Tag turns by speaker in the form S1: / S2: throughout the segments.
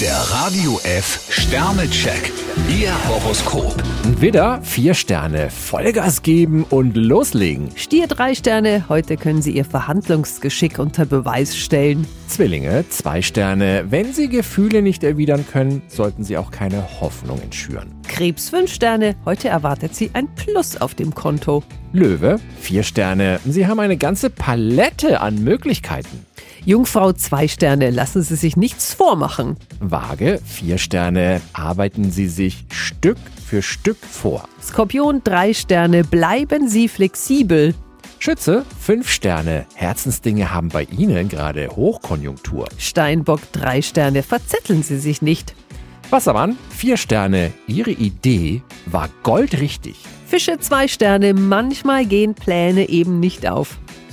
S1: Der Radio F Sternecheck. Ihr Horoskop.
S2: Widder, vier Sterne, Vollgas geben und loslegen.
S3: Stier drei Sterne, heute können Sie Ihr Verhandlungsgeschick unter Beweis stellen.
S2: Zwillinge, zwei Sterne, wenn Sie Gefühle nicht erwidern können, sollten Sie auch keine Hoffnungen schüren.
S3: Krebs fünf Sterne, heute erwartet Sie ein Plus auf dem Konto.
S2: Löwe, vier Sterne, Sie haben eine ganze Palette an Möglichkeiten.
S3: Jungfrau zwei Sterne, lassen Sie sich nichts vormachen.
S2: Waage, vier Sterne, arbeiten Sie sich Stück für Stück vor.
S3: Skorpion drei Sterne, bleiben Sie flexibel.
S2: Schütze, fünf Sterne, Herzensdinge haben bei Ihnen gerade Hochkonjunktur.
S3: Steinbock drei Sterne, verzetteln Sie sich nicht.
S2: Wassermann, vier Sterne, Ihre Idee war goldrichtig.
S3: Fische zwei Sterne, manchmal gehen Pläne eben nicht auf.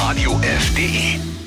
S1: Radio radiof.de.